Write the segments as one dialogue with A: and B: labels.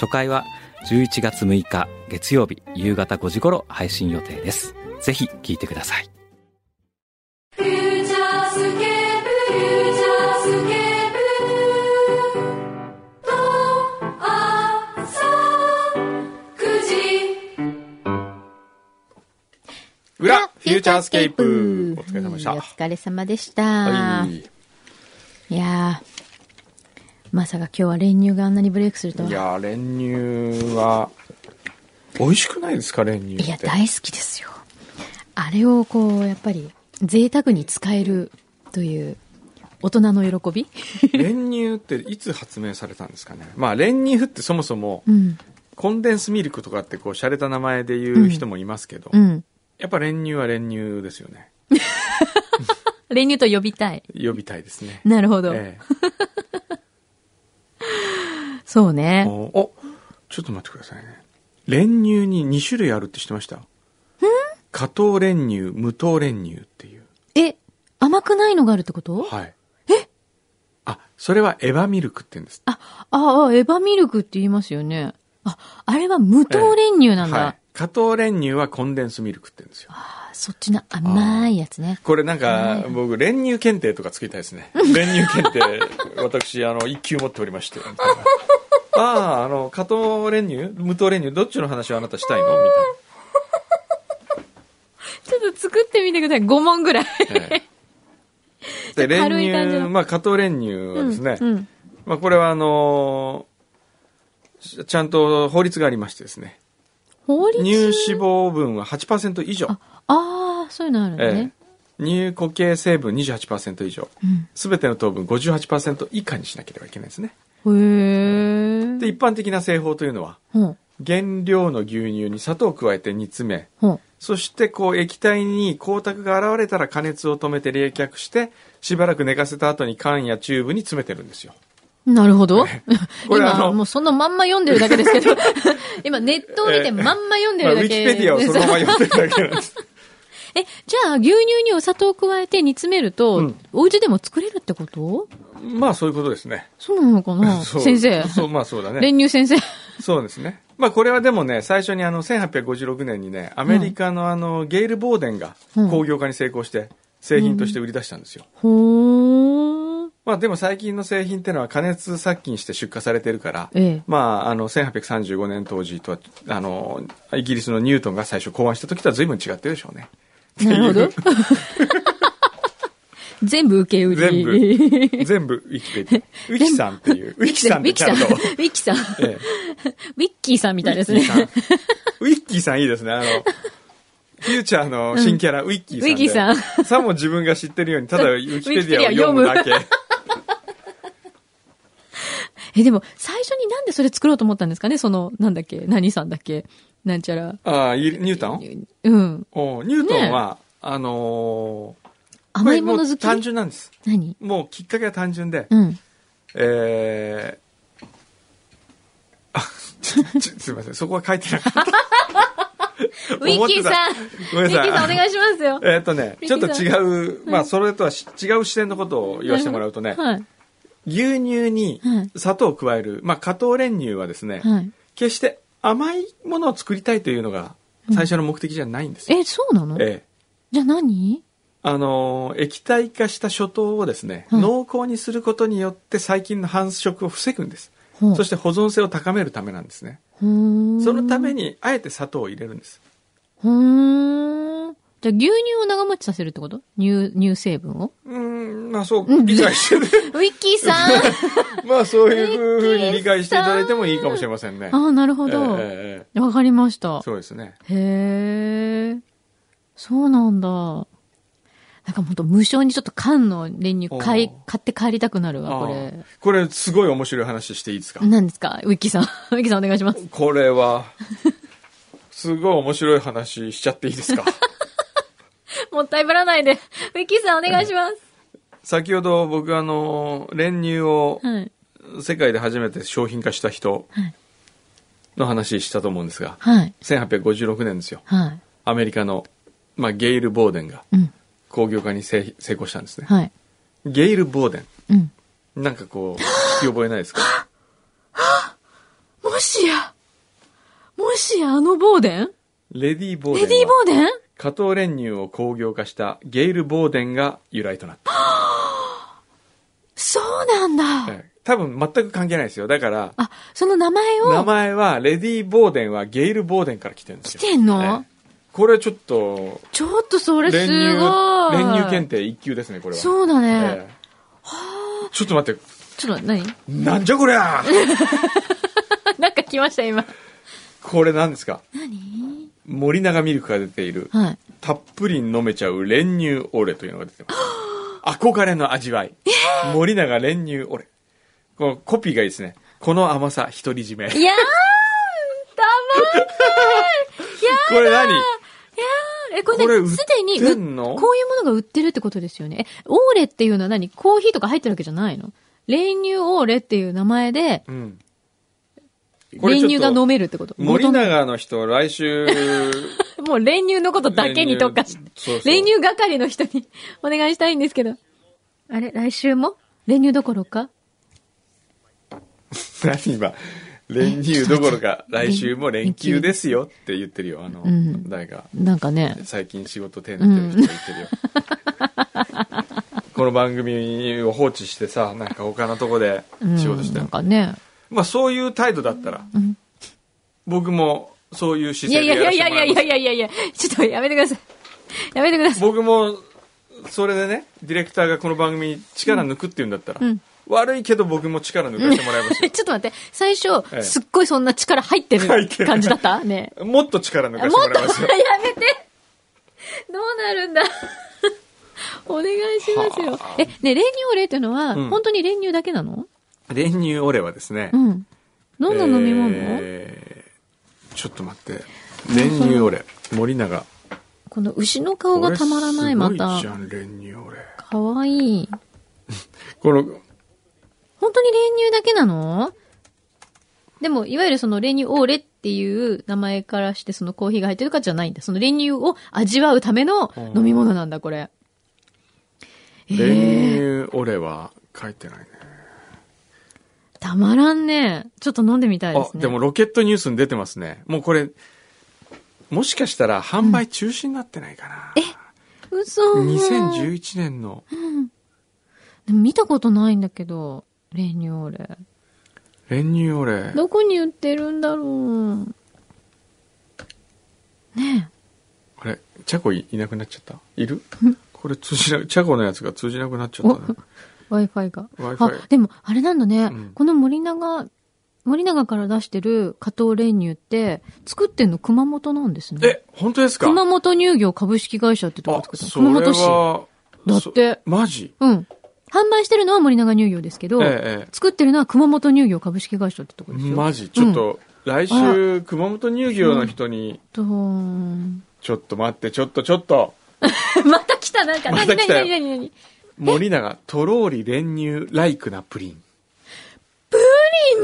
A: 初回は11月6日月曜日夕方5時頃配信予定ですぜひ聞いてください
B: フューチャースケープ、フューチャースケープ、と、あ、さ、くじ、
C: 裏フューチャースケープお疲れ様でし
D: うんお
C: た。
D: 疲れ様でした。
C: はい。
D: い、やーまさか今日は練乳があんなにブレイクするとはい
C: やー、練乳は、美味しくないですか、練乳って。
D: いや大好きですよ。あれをこう、やっぱり贅沢に使えるという大人の 喜び
C: 練乳っていつ発明されたんですかね。まあ、練乳ってそもそも、
D: うん。
C: コンデンスミルクとかってこう、洒落た名前で言う人もいますけど、
D: うん。
C: やっぱ練乳は練乳ですよね。
D: 練乳と呼びたい。
C: 呼びたいですね。
D: なるほど。
C: え
D: そう
C: え
D: ね。
C: もうお、ちょっと待ってくださいね。練乳に2種類あるって知ってました加糖練乳、無糖練乳っていう。
D: え、甘くないのがあるってこと
C: はい。えあ、それはエヴァミルクって言うんです。
D: あ、ああ、エヴァミルクって言いますよね。あ、あれは無糖練乳なんだ。
C: はい。加糖練乳はコンデンスミルクって言うんですよ。
D: あそっちの甘いやつね。
C: これなんか、僕、練乳検定とか作りたい ですね。練乳検定、私、あの、一級持っておりまして。ああ、あの、加糖練乳無糖練乳どっちの話をあなたしたいのみ
D: ちょっと作ってみてください。5問 ぐらい。
C: たいな。ええで、練
D: 軽い 感じ
C: 乳、
D: の
C: まあ、加糖練乳はですね、
D: うん。
C: まあ、これはあのーちゃんと法律がありましてですね、
D: 法律
C: 乳脂肪分は8%以上。
D: ああ、そういうのあるんだ
C: え
D: ね。
C: え、乳固形成分28%以上
D: うん
C: すべての糖分58%以下にしなければいけないですね
D: へえ。
C: で一般的な製法というのは
D: ほう、
C: 原料の牛乳に砂糖を加えて煮詰め
D: ほう。
C: そしてこう液体に光沢が現れたら加熱を止めて冷却してしばらく寝かせた後に缶やチューブに詰めてるんですよ
D: なるほど。
C: これあ
D: 今、
C: の
D: もうそのまんま読んでるだけですけ ど、今、ネットを見てまんま読んで
C: まあ
D: る
C: ウ
D: だ
C: ィ
D: け
C: キペディアをそのまま読んでるだけなん です
D: え、じゃあ、牛乳にお砂糖を加えて煮詰めると、
C: うん
D: お家でも作れるってこと
C: まあそういうことですね
D: そうなのか な
C: そう
D: 先生。
C: そうまあそうだね
D: 練乳先生。
C: そうですね。まあこれはでもね、最初にあの1856年にね、アメリカのあのゲイル・ボーデンが
D: うん
C: 工業化に成功して製品として売り出したんですよ。
D: ほー。
C: まあでも最近の製品ってのは加熱殺菌して出荷されてるから、
D: ええ。
C: まああの1835年当時とは、あの、イギリスのニュートンが最初考案した時とは随分違ってるでしょうね。
D: なるほ ど。全部受け売
C: 全
D: り。
C: 部、全部ウィキペディア。ウィキさんっていう、ウィキさんっ
D: ウィ
C: て
D: キ
C: ち
D: さ
C: ゃ
D: ん。
C: ん
D: ウ
C: と。
D: ィキさん。ウ
C: ええ
D: ィッキーさんみたいです
C: ウィッキー
D: ね。
C: さん。ウィッキーさんいいですね。あの、フューチャーの新キャラ、ウィッキーさんで。
D: ウィッキーさ
C: ん。さも自分が知ってるように、 ただウィキペディアを読む
D: ウィ
C: だ
D: キペ
C: け。
D: え、でも、最初になんでそれ作ろうと思ったんですかねその、なんだっけ何さんだっけなんちゃら。
C: ああ、 いニュートン
D: うん。
C: おうニュートンは、あのー
D: 甘いもの
C: これも
D: 好
C: う単
D: き
C: 純なんです。
D: 何
C: もうきっかけは単純で、
D: うん。
C: えーあちちすいません、そこは書いてなかった。
D: ウィッキーさん。ウ
C: ごめ
D: ィッ
C: んな
D: キ
C: さい。
D: ーさんお願いしますよ。
C: えーっとね、
D: ウィッ
C: ち
D: キ
C: ょっ
D: ーさ
C: と
D: ん
C: 違う、まあ、それとはし違う視点のことを言わせてもらうとね、
D: はい。
C: 牛乳に
D: はい
C: 砂糖を加える、まあ、加糖練乳はですね、
D: はい。
C: 決して甘いものを作りたいというのが最初の目的じゃないんですよ。
D: え、そうなの
C: ええ
D: じゃあ何
C: あのー液体化した諸糖をですね、
D: はい
C: 濃厚にすることによって細菌の繁殖を防ぐんです。
D: ほう
C: そして保存性を高めるためなんですね。
D: ほーん
C: そのために、あえて砂糖を入れるんです。
D: ほーん。じゃあ牛乳を長持ちさせるってこと乳、乳成分 を
C: うーん、まあそう、理解 してる。
D: ウィッキーさん
C: まあそういうふうに理解していただいてもいいかもしれませんね。
D: ああ、なるほど。わ、
C: えええええ
D: かりまし
C: え
D: た。
C: そうですね。
D: へえ、そうなんだ。なんか本当無償にちょっと缶の練乳買
C: お
D: い
C: ー、
D: 買って帰りたくなるわ、こ
C: あ
D: れ
C: ー。これ、すごい面白い話していいですか
D: 何ですかウィッキーさん。 ウィッキーさんお願いします。
C: これは、すごい面白い話しちゃっていいです か
D: もったいぶらない で。ウィッキーさんお願いします。
C: 先ほど僕あの、練乳を
D: はい。
C: 世界で初めて商品化した人
D: はい
C: の話したと思うんですが、
D: はい。
C: 1856年ですよ。
D: はい。
C: アメリカの、まあ、ゲイル・ボーデンが
D: うん。
C: 工業化に成成功したんですね。
D: はい。
C: ゲイル・ボーデ
D: うん。
C: ン。なんかこう、聞き覚えないで すか
D: もしや、もしやあのボーデン
C: レディ・ボーデン
D: レ
C: は。
D: ディーボーデン
C: 加藤練乳を工業化したゲイル・ボーデンが由来となった。
D: そうなんだ。
C: はい多分全く関係ないですよ。だから、
D: あ、その名前を。
C: 名前は、レディー・ボーデンはゲイル・ボーデンから来てるんですよ。
D: 来てんの
C: ええこれちょっと、
D: ちょっとそれす
C: 練乳、
D: ごい。
C: 練乳検定一級ですね、これは。
D: そうだ
C: え
D: ね。
C: えちょっと待って、
D: ちょっと何
C: なんじゃこりゃ
D: なんか来ました、今。
C: これ何ですか
D: 何
C: 森永ミルクが出ている、
D: はい。
C: たっぷり飲めちゃう練乳オレというのが出て ます。憧れの味わい。森永練乳オレ。このコピーがいいですね。この甘さ独り占め。
D: いやーたまんない
C: これ何
D: え、これ
C: これ
D: ね、
C: 売
D: すでに
C: って
D: う、
C: んの
D: こういうものが売ってるってことですよね。え、オーレっていうのは何コーヒーとか入ってるわけじゃないの練乳オーレっていう名前で、
C: うん。これ
D: 練
C: ちょっと
D: 乳が飲めるってこと。
C: 森
D: 元の
C: 永の人、来週、
D: もう練乳のこと だけに特化して
C: 練乳そう。そう
D: 練乳係の人に お願いしたいんですけど。あれ来週も練乳どころか
C: 何今、練乳どころか、来週も連休ですよって言ってるよ。あの、
D: ん
C: 誰か、
D: なんかね。
C: 最近仕事手抜ける人が言ってるよ。 この番組を放置してさ、なんか他のとこで
D: うん
C: 仕事して
D: な
C: る
D: ん。かね。
C: まあそういう態度だったら、
D: ん
C: 僕もそういう
D: い
C: 姿
D: や
C: 勢
D: い
C: でや
D: やい
C: ら
D: や
C: せてもら
D: いやいや
C: いま
D: いや
C: す
D: いやいやちょっとやめてください。やめてください。
C: 僕も、それでね、ディレクターがこの番組に力抜くって言うんだったら、
D: うん
C: 悪いけど僕も力抜かしてもらいますよ。
D: ちょっと待って。最初、
C: ええ
D: すっごいそんな力入ってる
C: 入ってる
D: 感じだったね。
C: もっと力抜
D: も
C: か
D: っ
C: しても
D: と、
C: らい
D: や
C: ますよ。
D: めてどうなるんだお願いしますよ。え、ね、練乳オレっていうのは、
C: うん
D: 本当に練乳だけなの
C: 練乳オレはですね
D: う、ん。どんな飲み物、
C: えーちょっと待って。練乳オレ、森永。
D: この牛の顔がたまらない、
C: こ
D: ま
C: れすごい
D: た
C: じ。ゃん、練乳オレ。
D: かわいい。
C: この、
D: 本当に練乳だけなのでも、いわゆるその練乳オーレっていう名前からしてそのコーヒーが入ってるかじゃないんだ。その練乳を味わうための飲み物なんだ、これ。えー、
C: 練乳オレは書いてないね。
D: たまらんね。ちょっと飲んでみたいで
C: あ、
D: すね。
C: でもロケットニュースに出てますね。もうこれ、もしかしたら販売中止になってないかな。
D: 嘘。
C: 2011年の
D: でも見たことないんだけど、練乳オーレ。
C: 練乳オレ。
D: どこに売ってるんだろう。ねえ。
C: あれ、チャコいいなくなっちゃったいるこれ通じな、チャコのやつが通じなくなっちゃったね。
D: Wi-Fi が。
C: Wi-Fi
D: あ、でも、あれなんだね。
C: ん
D: この森永、森永から出してる加藤練乳って、作ってんの熊本なんですね。
C: え、本当ですか
D: 熊本乳業株式会社ってとこ
C: あ
D: 作っ、てる
C: そ
D: 熊
C: れ
D: 本市。
C: は、
D: だって
C: そマジ
D: うん。販売してるのは森永乳業ですけど、
C: えええ
D: 作ってるのは熊本乳業株式会社ってとこ
C: え
D: ですよ。
C: マジちょっと、来週、熊本乳業の人に、
D: とーん
C: ちょっと待って、ちょっとちょっと、
D: また来た、なんか、
C: ま
D: な
C: た
D: に
C: 来
D: なに
C: たよ
D: なになになに
C: 森永、とろーり練乳ライクなプリン。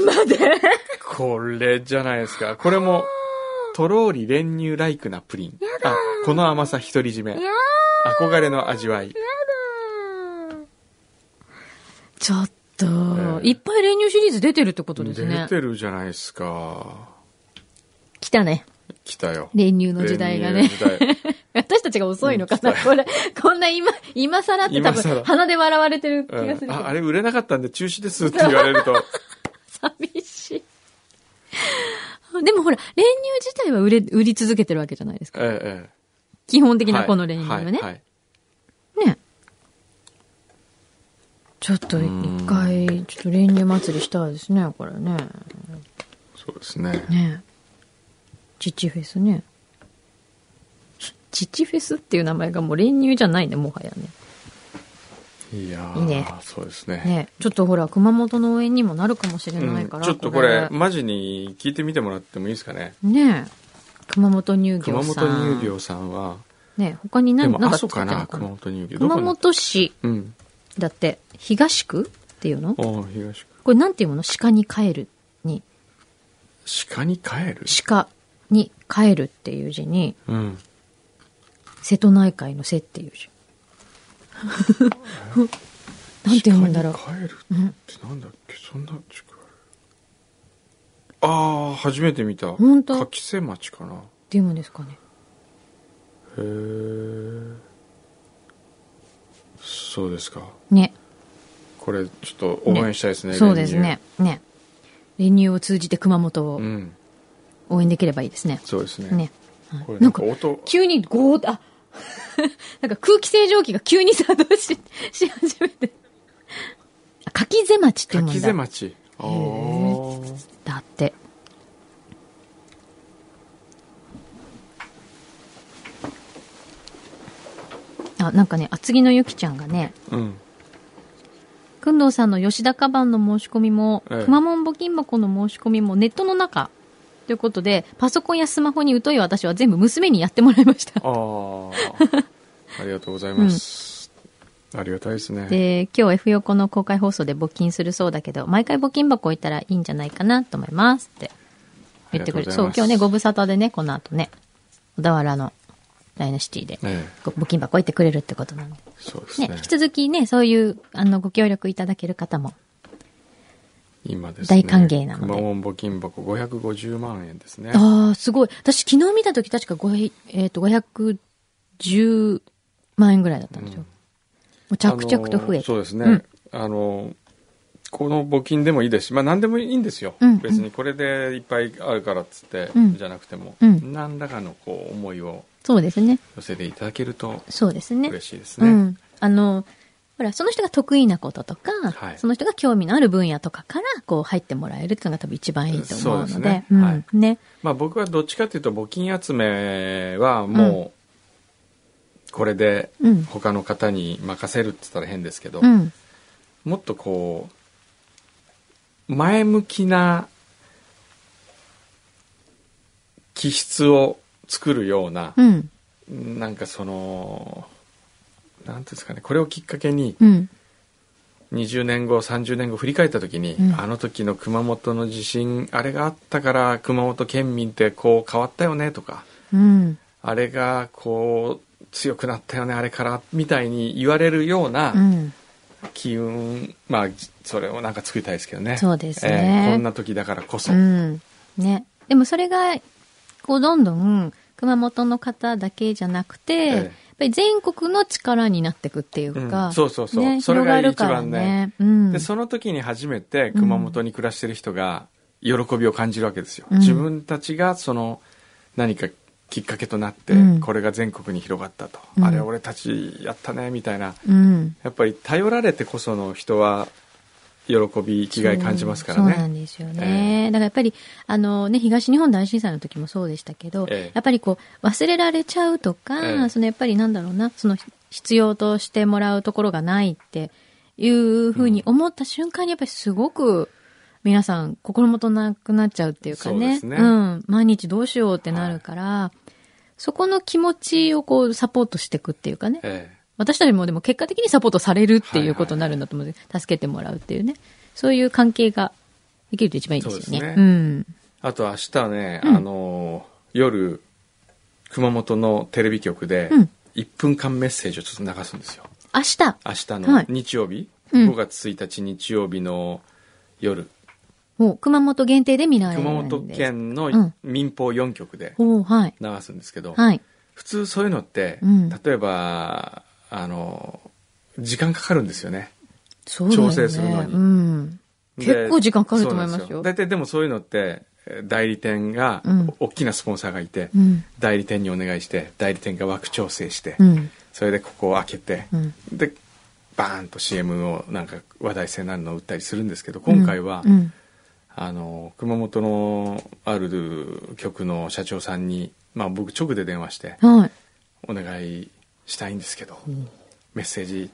D: まで
C: これじゃないですか。これも、とろーり練乳ライクなプリン。あ、この甘さ独り占め。憧れの味わい。
D: ちょっと、
C: ええ
D: いっぱい練乳シリーズ出てるってことですね
C: 出。てるじゃないですか。
D: 来たね。
C: 来たよ。
D: 練乳の時代がね
C: 練乳の時代
D: 私たちが遅いのか
C: う
D: な、
C: ん
D: これ、こんな今、今更って多
C: 今更
D: 分、鼻で笑われてる気がする
C: うん
D: けど、
C: あ、あれ売れなかったんで中止ですって言われる と。
D: 寂しい。でもほら、練乳自体は売れ、売り続けてるわけじゃないですか。
C: ええ、え
D: 基本
C: え。
D: 的なこの練乳はね。
C: いいい
D: ね。ちょっと一回、ちょっと練乳祭りしたいですね、これね。
C: そうですね。
D: ね。チッチフェスね。父フェスっていう名前がもう練乳じゃないね、もはやね。
C: いやー
D: いいね
C: そうですね。
D: ね、ちょっとほら、熊本の応援にもなるかもしれないから。
C: うんちょっとこれ、マジに聞いてみてもらってもいいですかね。
D: ねえ熊本乳
C: 熊
D: 業さん。
C: 本乳業さんは、
D: ねえ他に
C: で
D: 何、
C: も
D: 何
C: 阿
D: かつ
C: 蘇
D: いて
C: か
D: る
C: な、
D: の
C: 熊本乳業。どこ
D: 熊
C: に
D: 本市
C: うん。
D: だって、東区っていうの
C: ああ、東区。
D: これなんていうもの鹿に帰るに、
C: 鹿に帰る
D: 鹿に帰るっていう字に、
C: うん。
D: 瀬戸内海の瀬っていう 字。なんて読むんだろう。
C: 鹿に帰るってなんだっけ、そんな地区ある。ああ、初めて見た。
D: ほんと
C: 柿瀬町かな。へ
D: って読むんですかね。
C: え。そうですか。
D: ね。
C: これ、ちょっと応援したいですね。
D: そうですね。ね。練乳を通じて熊本を
C: 練乳。うん。
D: 応援できればいいですね。
C: そうですね。
D: ね。
C: これ
D: な
C: なんん
D: か
C: か音、
D: 急にゴーって、あ、 なんか空気清浄機が急に作動し、し始めて。あ柿瀬町って読む
C: 柿
D: ん
C: 瀬
D: だ。
C: 町。ああ。
D: だって。あ、なんかね、厚木のゆきちゃんがね、
C: うん。
D: くんどうさんの吉田カバンの申し込みも、
C: ええ
D: くまモン募金箱の申し込みもネットの中ということで、パソコンやスマホに疎い私は全部娘にやってもらいました。
C: あ あ。ありがとうございます。ありがたいですね。
D: で、今日 F 横の公開放送で募金するそうだけど、毎回募金箱置いたらいいんじゃないかなと思いますって言ってく
C: あ
D: れる。
C: りが
D: そ
C: と
D: う
C: う、ございます
D: 今日ね、ご無沙汰でね、この後ね、小田原のダイナシティで、
C: ええ
D: ご募金箱置いてくれるってことなんで。
C: そうです
D: ね、
C: ね
D: 引き。続きね、そういう、あの、ご協力いただける方も。
C: 今ですね。
D: 大歓迎なので
C: 熊本募金箱550万円ですね。
D: ああ、すごい。私昨日見た時確か5、えっ、と、510万円ぐらいだったんですよ。もう着々と増えて。
C: あのそうですね。
D: ん
C: あの、この募金でもいいですし、まあ何でもいいんですよ。
D: うん
C: 別にこれでいっぱいあるからっつって、
D: うん
C: じゃなくても、
D: うん
C: 何らかのこう思いを
D: そうですね。
C: 寄せていただけると
D: そうですね。
C: 嬉しいですね。
D: うん。あの、ほら、その人が得意なこととか、
C: はい
D: その人が興味のある分野とかから、こう、入ってもらえるっていうのが多分一番いいと思うので。
C: そうですね
D: うん、
C: はい
D: ね。
C: まあ僕はどっちかというと募金集めはもうこれで
D: うん
C: 他の方に任せるって言ったら変ですけど、
D: うん。
C: もっとこう前向きな気質を作るような、
D: うん。
C: なんかそのなんていうんですかねこれをきっかけに
D: うん。
C: 20年後30年後振り返った時に、
D: うん
C: あの時の熊本の地震あれがあったから熊本県民ってこう変わったよねとか
D: うん。
C: あれがこう強くなったよねあれからみたいに言われるよう
D: う。
C: なん機運、まあじそれをなんか作りたいですけどね
D: そうですね
C: こんな時だからこそ、
D: うん。ね。でもそれが、こう、どんどん、熊本の方だけじゃなくて、
C: え
D: やっぱり全国の力になっていくっていうか、
C: うんそうそうそう
D: ね、
C: それが
D: 広がるから
C: 一番ね
D: うん。
C: でその時に初めて熊本に暮らしてる人が喜びを感じるわけですよ、
D: うん
C: 自分たちがその何かきっかけとなって、
D: うん
C: これが全国に広がったと、
D: うん
C: あれ俺たちやったねみたいな
D: うん。
C: やっぱり頼られてこその人は喜び生きがい感じますから
D: そうなん
C: ね
D: ですよね。だからやっぱり、あのね、東日本大震災の時もそうでしたけど、
C: ええ
D: やっぱりこう、忘れられちゃうとか、
C: ええ
D: そのやっぱりなんだろうな、その必要としてもらうところがないっていうふうに思った瞬間にやっぱりすごく、皆さん心もとなくなっちゃうっていうか
C: そうで
D: ね。
C: すね
D: ん。毎日どうしようってなるから、そこの気持ちをこうサポートしていくっていうかね。
C: え
D: 私たちもでも結果的にサポートされるっていうことになるんだと思うんで、助けてもらうっていうね。そういう関係ができると一番いいですよね。
C: そうですね
D: ん。
C: えあと明日ね、
D: うん
C: あの夜熊本のテレビ局で
D: うん
C: 1分間メッセージをちょっと流すんですよ
D: 明日。
C: 明日
D: は
C: の
D: い
C: 日曜日、
D: うん
C: 5月1日日曜日の夜
D: もう熊本限定で見られるんで
C: 熊
D: す。
C: 本県
D: うん
C: の民放4局で
D: おーはい。
C: 流すんですけど、
D: はい。
C: 普通そういうのって、
D: うん
C: 例えばあの時間かかるんですよね
D: そうだよね。
C: 調整するのに
D: うん。
C: で
D: 結構時間かかると思いますよ
C: そうなんで大体でもそういうのってえー代理店が、
D: うん
C: お大きなスポンサーがいて、
D: うん。
C: 代理店にお願いして代理店が枠調整して、
D: うん。
C: それでここを開けて、
D: うん
C: でバーンと CM をなんか話題性になるのを打ったりするんですけど今回は、
D: うん。
C: あの熊本のある局の社長さんに、まあ、僕直で電話して
D: はい。
C: 「お願いしたいんですけど、メッセージ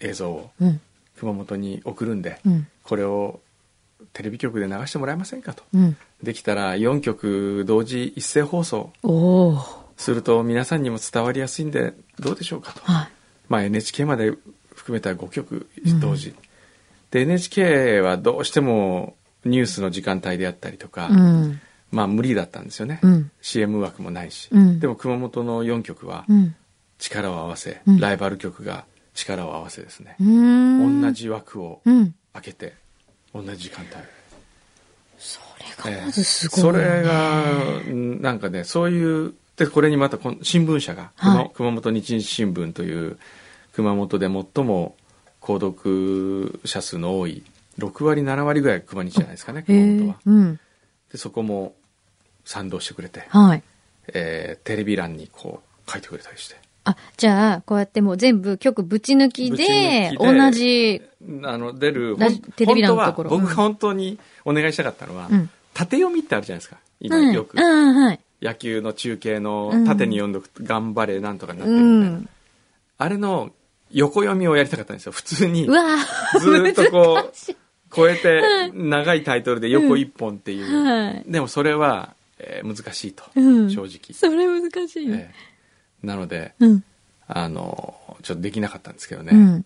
C: 映像を
D: うん。
C: 熊本に送るんで、
D: うん
C: これをテレビ局で流してもらえませんかと、
D: うん。
C: できたら4局同時一斉放送
D: おー。
C: すると皆さんにも伝わりやすいんでどうでしょうかと、
D: はい。
C: まあ、NHK まで含めた5局同時、で NHK はどうしてもニュースの時間帯であったりとか、
D: うん。
C: まあ無理だったんですよね、
D: うん
C: CM 枠もないし、
D: うん
C: でも熊本の4局は
D: うん。
C: 力を合わせ、
D: うん
C: ライバル局が力を合わせですね
D: う、ーん。
C: 同。じ枠を
D: うん。
C: 開けて同じ時間帯
D: それがまずすごい、
C: それ。がうんなんかねそういうでこれにまたこの新聞社が、
D: はい
C: 熊熊本日日新聞という熊本で最も購読者数の多い6割7割ぐらい熊日じゃないですかね
D: へ
C: 熊本
D: え
C: は。
D: うん。
C: でそこも賛同してくれて、
D: はい。
C: えーテレビ欄にこう書いてくれたりして
D: あ、じゃあ、こうやってもう全部曲ぶち抜き
C: ぶち抜
D: で、
C: きで
D: 同じ、
C: あの出る
D: ラジ
C: ほん
D: テレビ欄のところ
C: 本当は
D: うん
C: 僕が本当にお願いしたかったのは、
D: うん
C: 縦読みってあるじゃないですか今
D: はい。
C: よく、
D: うん、はい。
C: 野球の中継の
D: うん
C: 縦に読んどくと「頑張れ」なんとかになってる
D: う
C: みたいな、
D: ん。
C: あれの横読みをやりたかったんですよ普通に
D: うわー
C: ずーっとこう
D: 難しい
C: 超えて長いタイトルで横一本っていう、
D: はい。
C: でもそれは、えー難しいと、
D: うん
C: 正直、
D: それ難しいね。
C: えーなので
D: うん。
C: あのちょっとできなかったんですけどね、
D: うん。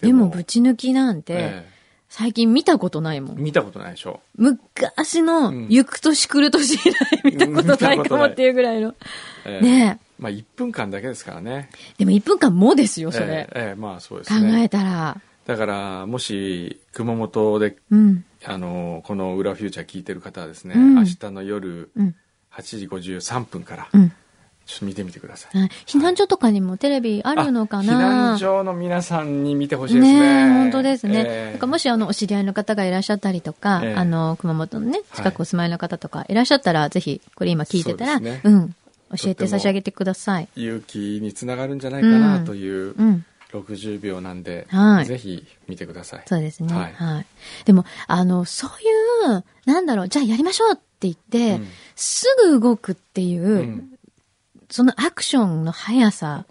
D: でも、ぶち抜きなんて、
C: え
D: 最近見たことないも
C: ー
D: ん。
C: 見たことないでしょ
D: 昔の
C: うん、
D: 行く年来る年以来見たことないかもっていうぐらいの。
C: えー
D: ね
C: まあ1分間だけですからね
D: え。でも1分間もですよ、それ。
C: えーえーまあそうで
D: 考
C: す
D: え
C: ね
D: たら。
C: だからもし熊本で
D: うん。
C: あのこの「裏フューチャー」聞いてる方はですね、
D: うん
C: 明日の夜
D: うん。
C: 8時53分から、
D: うん。
C: ちょっと見てみてください、
D: はい避難所とかにもテレビあるのかな
C: 避難所の皆さんに見てほしいですね
D: ねえ、本当ですね。
C: ええ
D: なんかもしあの、お知り合いの方がいらっしゃったりとか、
C: ええ
D: あの、熊本のね、近くお住まいの方とかいらっしゃったら、ぜひ、これ今聞いてたら、
C: そうですね
D: うん、教え
C: とて
D: て
C: も
D: 差し上げてください。
C: 勇気につながるんじゃないかな
D: うん
C: という
D: うん。
C: 60秒なんで、
D: はい
C: ぜひ見てください
D: そうですね。は。
C: はいい
D: でも、あの、そういう、なんだろう、じゃあやりましょうって言って、
C: うん
D: すぐ動くっていう、
C: うん
D: そのアクションの速さ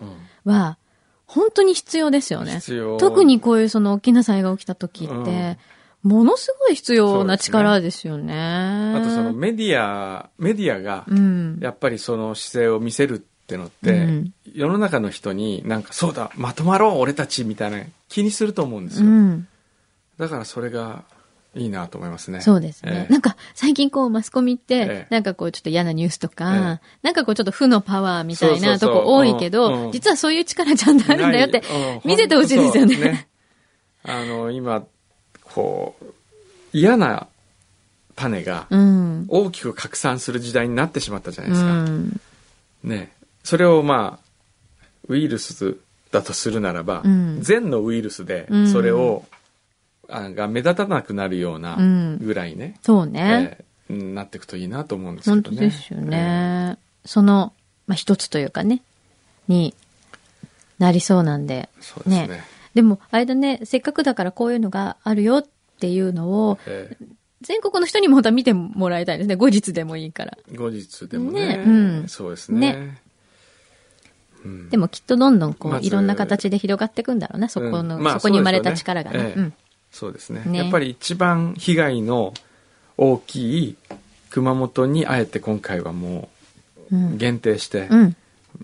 D: は、本当に必要ですよね。
C: 必要
D: 特にこういうその大きな災害が起きた時って、ものすごい必要な力ですよね。
C: あ
D: あ
C: とその、メディアメディアが
D: うん。
C: やっぱりその姿勢を見せるってのって、
D: うん
C: 世の中の人になんかそうだまとまろう俺たちみたいな気にすると思うんです
D: う
C: よ、
D: ん。
C: だからそれがいいなと思いますね
D: そうですね。
C: ええ
D: なんか、最近こう、マスコミって、
C: ええ
D: なんかこう、ちょっと嫌なニュースとか、
C: え
D: なんかこう、ちょっと負のパワーみたいな
C: そ
D: と
C: うそうそう
D: こ多いけど、
C: うんうん
D: 実はそういう力ちゃんとあるんだよって
C: ないうん、
D: 見せてほしいですよね。
C: そうあの今こう嫌な種が
D: うん。
C: 大きく拡散する時代になってしまったじゃないうですか、
D: ん。
C: ねそれをまあウイルスだとするならば、
D: うん
C: 善のウイルスで
D: うん
C: それを、あが目立たなくなるような
D: うん
C: ぐらいね、
D: そうね。
C: えーうんなっていくといいなと思うんですけど
D: 本
C: ね
D: 当ですよね。その、まあ、一つというかね、になりそうなんで。
C: えーそうですね
D: でも、あれだね、せっかくだからこういうのがあるよっていうのを、
C: え
D: 全国の人にもまた見てもらいたいですね。後日でもいいから。
C: ー後日でもね
D: ねうん
C: そうですね
D: ね
C: うん
D: でもきっとどんどんこう、
C: まず
D: いろんな形で広がっていくんだろうな、そこの、
C: うんまあ
D: そこに生まれた
C: そうですよね
D: 力がね。
C: ええそうですね
D: ね
C: やっぱり一番被害の大きい熊本にあえて今回はも
D: うん。う。
C: うん限定して
D: うん。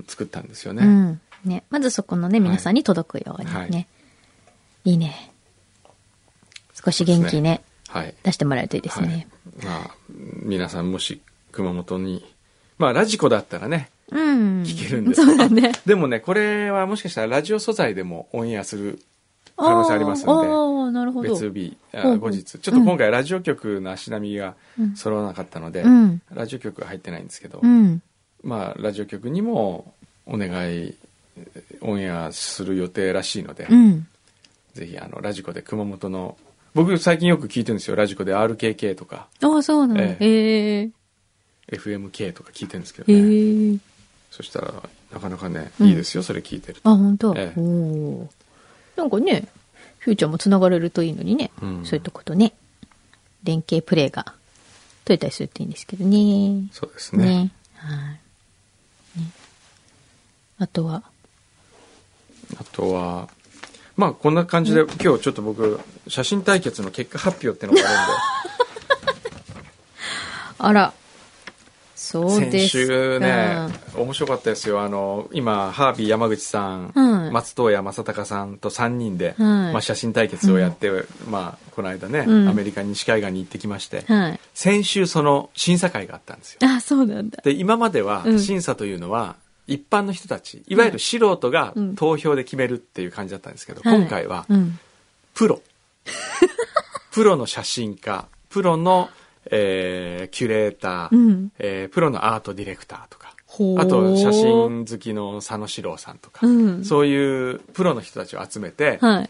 C: 作ったんですよ
D: う
C: ね、
D: ん。ね。まずそこのね、皆さんに届くようにね。
C: はい
D: い、いね。少し元
C: そ
D: 気
C: うです
D: ね、
C: はい、
D: 出してもらえるといいです
C: は
D: ね。
C: い、まあ皆さんもし熊本にまあラジコだったらね
D: うん。
C: 聞けるんです
D: そうだね。
C: でもねこれはもしかしたらラジオ素材でもオンエアする可能性ありますんで
D: ああ、なるほど。
C: 別日あ
D: ほうほう
C: 後日ちょっと今回ラジオ局の足並みが揃わなかったので、
D: うん
C: ラジオ局は入ってないんですけど、
D: うん。
C: まあ、ラジオ局にもお願いえーオンエアする予定らしいので、
D: うん。
C: ぜひあのラジコで熊本の僕最近よく聞いてるんですよラジコで RKK とか
D: ああ、そうなんだ。
C: え
D: ええ
C: FMK とか聞いてるんですけ
D: え
C: どね、
D: え
C: そしたらなかなかね
D: うん
C: いいですよ、それ聞いてると
D: あ、本当。
C: ええ
D: おお。なんかね、フューチャーも繋がれるといいのにね、
C: うん
D: そういうとことね、連携プレーが取れたりするといいんですけどね。
C: そうです
D: ね。
C: ね
D: はい、ねあとは。
C: あとは、まあこんな感じで、今日ちょっと僕、写真対決の結果発表っていうのがあ
D: あら。そう
C: るんで、
D: です
C: 先
D: か。
C: 週ね、面白かったですよ。あの、今、ハービー山口さん、
D: はい
C: 松任谷正隆さんと3人で、
D: はい
C: まあ写真対決をやって、まあこの間ね、
D: うん
C: アメリカ西海岸に行ってきまして、
D: はい。
C: 先週その審査会があったんですよ。
D: あ、そうなんだ。
C: で、今までは
D: うん
C: 審査というのは、一般の人たち、いわゆる素人が
D: うん
C: 投票で決めるっていう感じだったんですけど、
D: はい
C: 今回は、
D: うん。
C: プロ。 プロの写真家、プロの、えーキュレーター、
D: うん
C: えープロのアートディレクターとか、
D: ほー
C: あと写。真好きの佐野史郎さんとか、
D: うん
C: そういうプロの人たちを集めて、
D: はい。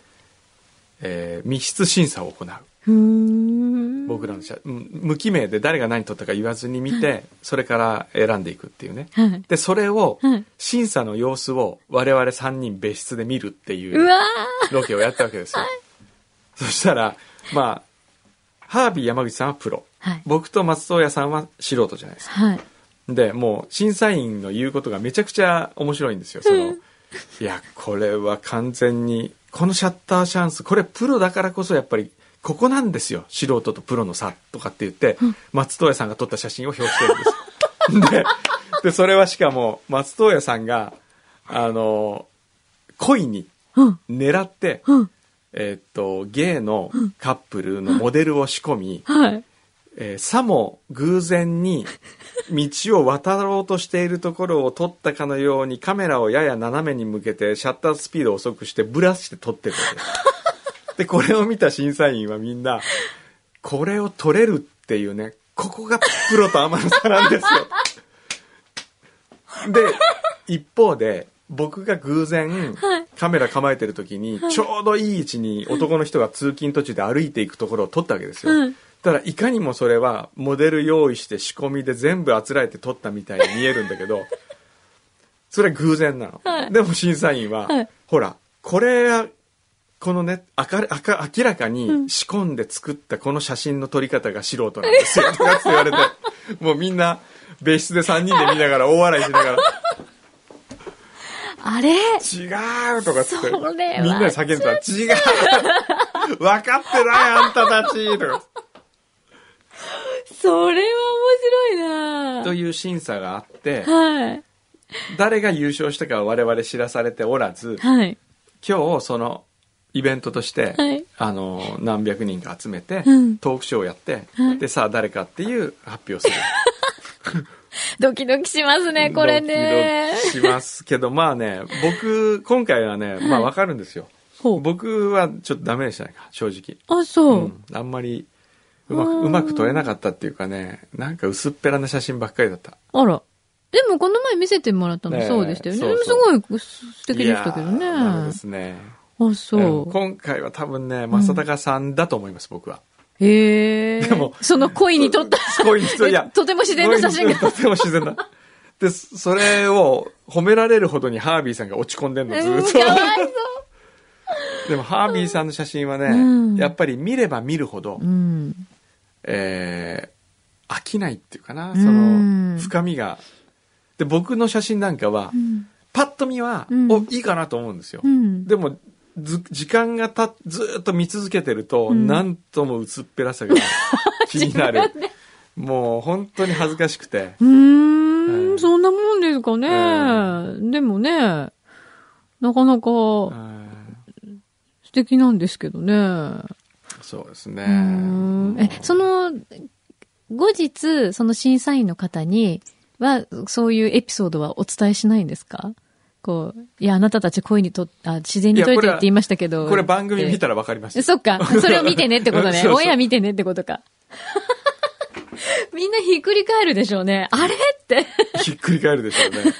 C: えー密室審査を行う。
D: ふーん。
C: 僕らの写、うん無記名で誰が何撮ったか言わずに見て、それから選んでいくっていうね。
D: はい。
C: で、それを
D: はい、
C: 審査の様子を我々3人別室で見るっていうう
D: わ
C: ロケをやったわけですよ。そしたら、まあ、ハービー山口さんはプロ。
D: ーはい。
C: 僕と松任谷さんは素人じゃないですか。
D: はい。
C: で、もう審査員の言うことがめちゃくちゃ面白いんですよ。その、いや、これは完全に、このシャッターチャンス、これプロだからこそやっぱり、ここなんですよ。素人とプロの差とかって言って、松任谷さんが撮った写真を表してるんですよ。ででそれはしかも松任谷さんがあの恋に
D: うん。
C: 狙って、
D: うん。
C: えーっとゲイのカップルのモデルを仕込み、
D: はい。
C: えーさも偶然に道を渡ろうとしているところを撮ったかのようにカメラをやや斜めに向けてシャッタースピードを遅くしてブラして撮ってるわけですでこれを見た審査員はみんなこれを撮れるっていうねここがプロとアマの差なんですよで一方で僕が偶然カメラ構えてる時にちょうどいい位置に男の人が通勤途中で歩いていくところを撮ったわけですよ、
D: うん
C: ただいかにもそれはモデル用意して仕込みで全部あつらえて撮ったみたいに見えるんだけど それは偶然なの、
D: はい
C: でも審査員は、
D: はい
C: ほらこれはこのねあかあか明らかに仕込んで作ったこの写真の撮り方が素人なんですよと かって言われてもうみんな別室で3人で見ながら大笑いしながら
D: あれ
C: 違うとかっつって、
D: それは
C: みんなで叫んでたら、違う 分かってないあんたたちとか。
D: それは面白いな
C: という審査があって、
D: はい。
C: 誰が優勝したかは我々知らされておらず、
D: はい。
C: 今日そのイベントとして、
D: はい
C: あの、何百人か集めて、
D: うん
C: トークショーをやって、
D: はい
C: で、さあ誰かっていう発表する。
D: ドキドキしますね、 これね。
C: ドキドキしますけど、まあね、僕、今回はね、まあわかるんですよ。
D: ほう。
C: 僕はちょっとダメでしたね、正直。
D: あ、そ
C: う
D: う。
C: ん、あんまりうまく
D: うん
C: うまく撮れなかったっていうかねなんか薄っぺらな写真ばっかりだった
D: あら。でもこの前見せてもらった
C: ね
D: の
C: え
D: そうでしたよね。
C: そうそう
D: でもすごい素敵でしたけど
C: い
D: ね。
C: やーダメ
D: あ
C: で、すね
D: そう。
C: ん今回は多分ね正隆さんだと思います、僕は
D: へえ。
C: でも
D: その恋にとった。
C: 恋にといや
D: とても自然な写真
C: 恋
D: が
C: にとっても自然なでそれを褒められるほどにハービーさんが落ち込んでんのず
D: うん
C: ーっ
D: かわいそう。
C: とでもハービーさんの写真はね、
D: うん
C: やっぱり見れば見るほど、
D: うん。
C: えー飽きないっていうかな、
D: ん
C: その深みがで僕の写真なんかは、
D: ん
C: パッと見は、
D: うん
C: おいいかなと思うんですよ、
D: うん。
C: でもず時間がたずーっと見続けてると、
D: ん
C: なんとも薄っぺらさ が気になるもう本当に恥ずかしくて
D: う
C: う
D: ー、
C: んん
D: そんなもんですかね。
C: う
D: でもね、なかなか
C: うん
D: 素敵なんですけどね。
C: そうです
D: う
C: ね
D: んえ、その、後日、その審査員の方には、そういうエピソードはお伝えしないんですかこう、いや、あなたたち恋にとっ、あ、自然にとれて
C: い
D: る
C: やこれ
D: っ
C: は
D: て言いましたけど。
C: これ番組見
D: ら
C: たら分かりました
D: そっ か。それを見てねってこと
C: そう
D: ね。
C: そう
D: オンエア見てねってことか。 みんなひっくり返るでしょうね。あれって。
C: ひっくり返るでしょうね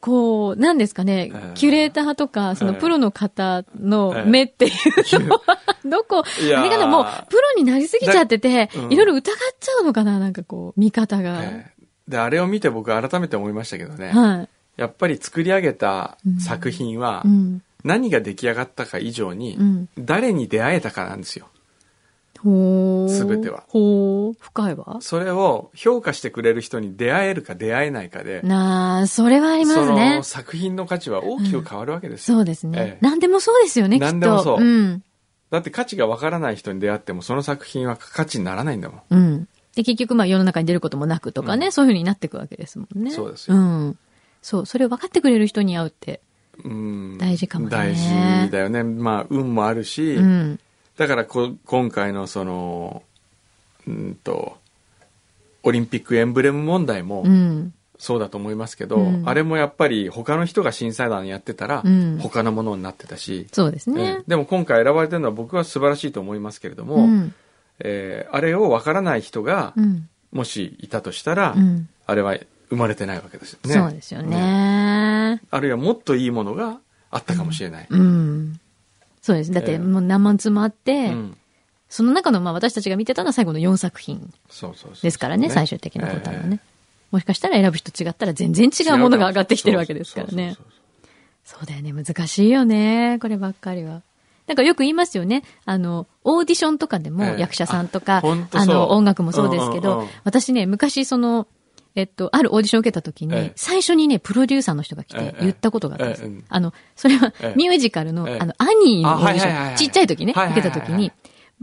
D: こう、なんですかね、
C: ええ
D: キュレーターとか、その
C: ええ
D: プロの方の
C: ええ
D: 目っていう のは、どこ、あ
C: いやー
D: れかな、もう、プロになりすぎちゃってて
C: だう、ん
D: いろいろ疑っちゃうのかな、なんかこう、見方が。
C: えーであれを見て僕改めて思いましたけどね、
D: はい。
C: やっぱり作り上げた作品は
D: うん。
C: 何が出来上がったか以上に
D: うん
C: 誰に出会えたかなんですよ。
D: ほー。
C: 全ては
D: ほー。深いわ。
C: それを評価してくれる人に出会えるか出会えないかで、
D: なあ、それはありま
C: そ
D: すね
C: の。作品の価値は大きく変わるわけですよ。
D: そうですね、
C: ええ
D: 何でもそうですよね、きっと。
C: 何でもそう
D: うん。
C: だって価値がわからない人に出会ってもその作品は価値にならないんだもん。
D: うん。で、結局、まあ、世の中に出ることもなくとかね、そういうふうになっていくわけですもんね。
C: そうですよ
D: うん。そう、それを分かってくれる人に会うって。
C: うん
D: 大事かもね
C: 大事だよね。まあ、運もあるし、
D: うん。
C: だからこ今回のその、うんと、オリンピックエンブレム問題も
D: うん。
C: そうだと思いますけど、
D: うん
C: あれもやっぱり他の人が審査団やってたら
D: うん、
C: 他のものになってたし、
D: そうです
C: え
D: ね
C: え。でも今回選ばれてるのは僕は素晴らしいと思いますけれども、
D: うん。
C: えーあれをわからない人が、
D: うん。
C: もしいたとしたら、
D: うん
C: あれは生まれてないわけですよね。
D: そうですよね
C: ねあるいはもっといいものがあったかもしれない。
D: うん。そうです。だっ
C: ええ
D: て、もう何万通もあって、
C: うん
D: その中の、まあ、私たちが見てたのは最後の4作品
C: そうそうそう
D: ですからね、最終的なことはね。もしかしたら選ぶ人違ったら全然
C: え
D: 違
C: え
D: うものが上がってきてるわけですからね
C: そう。そうそうそう
D: そうだよね。難しいよね。こればっかりは。なんかよく言いますよね。あの、オーディションとかでも
C: ええ
D: 役者さんとか、
C: あほんと
D: あ
C: そう
D: の、音楽もそうですけど、
C: うんうんうん
D: 私ね、昔その、えっと、あるオーディションを受けた時に、
C: ええ
D: 最初にね、プロデューサーの人が来
C: え
D: て
C: え
D: 言ったことがあったんですよ。
C: ええええ
D: あの、それは
C: ええ
D: ミュージカルの、
C: ええ
D: あの、アニーのオーディシ
C: あはいはい
D: ョン、
C: はいはい
D: ちっちゃい時ね、
C: はいはいはいはい
D: 受けた時に、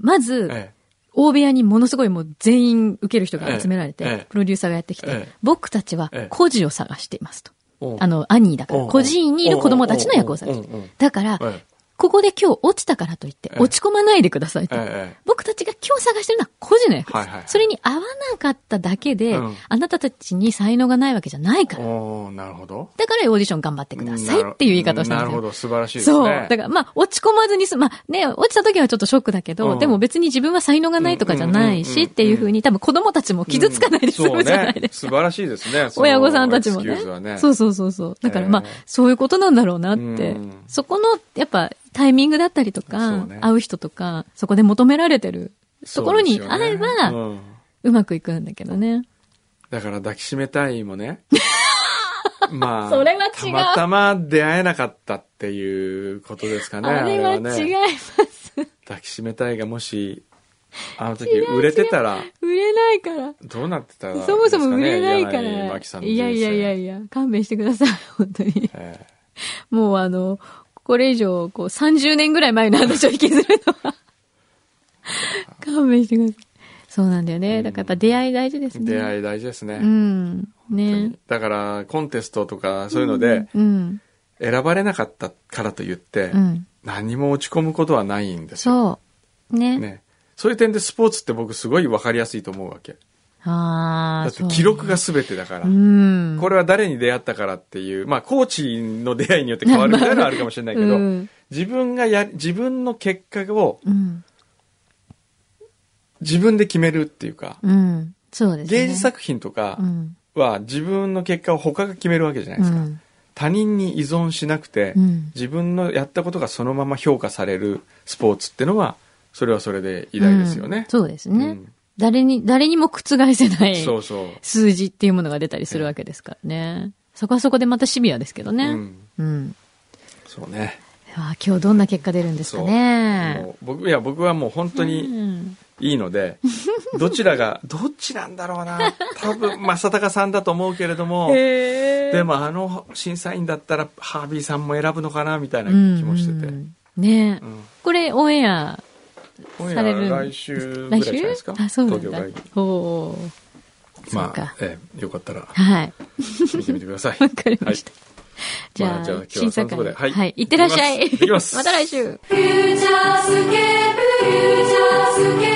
D: まず、
C: え
D: 大部屋にものすごいもう全員受ける人が集められて、
C: ええ
D: プロデューサーがやってきて、
C: ええ
D: 僕たちは
C: ええ
D: 孤児を探していますと。
C: おう
D: あの、兄だから、
C: おう
D: 孤児院にいる子供たちの役をされて
C: おうおうおうおうおう
D: る。だから
C: ええ、
D: ここで今日落ちたからといって
C: え、え
D: 落ち込まないでくださいと
C: え。え
D: 僕たちが今日探してるのは孤児の役で
C: はいはいはい
D: す。それに合わなかっただけで
C: うん、
D: あなたたちに才能がないわけじゃないか
C: え。
D: ら。
C: おーなるほど。
D: だからオーディション頑張ってくださいっていう言い方をしたん
C: な
D: で
C: るほ
D: すよ。
C: ど、素晴らしいですね。
D: そう。だから、まあ、落ち込まずにす、まあね、落ちた時はちょっとショックだけど、
C: うん
D: でも別に自分は才能がないとかじゃな
C: う
D: い
C: んうんうん
D: し、
C: うん
D: っていうふうに、多分子供たちも傷つかないで済 むじゃない
C: うんそう
D: ですか
C: ね素晴らしいですね。その
D: 親御さんたちも
C: エク
D: ね
C: スキューズはね。
D: そうそうそうそう。だからまあ
C: えー、
D: そういうことなんだろうなって
C: うん。
D: そこの、やっぱ、タイミングだったりとか
C: そう、ね
D: 会う人とか、そこで求められてるところに
C: そう
D: 会
C: で
D: え
C: すよね
D: ば、
C: うん
D: うまくいくんだけどね。
C: だから抱きしめたいも ね。まあ、
D: それは違う
C: たまたま出会えなかったっていうことですかね。
D: あれは違い
C: ね
D: ます。
C: 抱きしめたいがもし、あの時売れてたら、
D: 売れないから。
C: どうなってたら、
D: そもそも売れないから。
C: 柳巻さんの
D: い
C: 人生
D: やいやいやいや、勘弁してください、本当に。
C: え
D: もうあの、これ以上、こう、30年ぐらい前の話を引きずる のは、勘弁してください。そうなんだよね。だからやっぱ出会い大事です
C: え
D: ね。
C: 出会い大事ですね。
D: うん。ね
C: だから、コンテストとかそういうので、
D: うん。
C: 選ばれなかったからといって、
D: うん。
C: 何も落ち込むことはないんですよ。
D: そう。ね。
C: ね。そういう点でスポーツって僕すごい分かりやすいと思うわけ。だ
D: ああ、
C: って記録が全てだから。
D: そうね。うん。
C: これは誰に出会ったからっていう、まあ、コーチの出会いによって変わるみたいなのはあるかもしれないけど、
D: うん
C: 自分がや、自分の結果を
D: うん。
C: 自分で決めるっていうか、
D: うん。そうですね。
C: 芸術作品とか
D: うん。
C: は自分の結果を他が決めるわけじゃないうですか。
D: ん。
C: 他人に依存しなくて、
D: うん
C: 自分のやったことがそのまま評価されるスポーツってのは、それはそれで偉大ですよね。
D: そうです
C: う
D: ね
C: ん。
D: 誰に、誰にも覆せない
C: そうそう。
D: 数字っていうものが出たりするわけですからね。そこはそこでまたシビアですけど
C: う
D: ね。
C: ん
D: うん。
C: そうね。
D: あ今日どんな結果出るんですかね。
C: もう僕いや僕はもう本当
D: う
C: に
D: ん。
C: いいので、 どちらがどっちなんだろうな多分正隆さんだと思うけれども
D: へ
C: でもあの審査員だったらハービーさんも選ぶのかなみたいな
D: うん
C: 気もしてて、
D: うんね
C: うん
D: これオンエア
C: 今
D: される
C: 夜来週ぐらい
D: 来
C: じゃない
D: 週
C: ですか
D: あ、そうな
C: 東京
D: んだ
C: 会議。
D: おおー。そ
C: ま
D: う
C: あ
D: か、。
C: ええよかったら
D: はい。
C: 見てみてください
D: わかりました
C: は。
D: じゃ
C: ま
D: あ
C: あじゃあ今、日は
D: 審査
C: そんなとこ
D: 会。
C: ではい
D: はい。いってらっしゃい。
C: 行きます
D: また来
B: 「
D: 週。
B: フューチャースケープフューチャースケ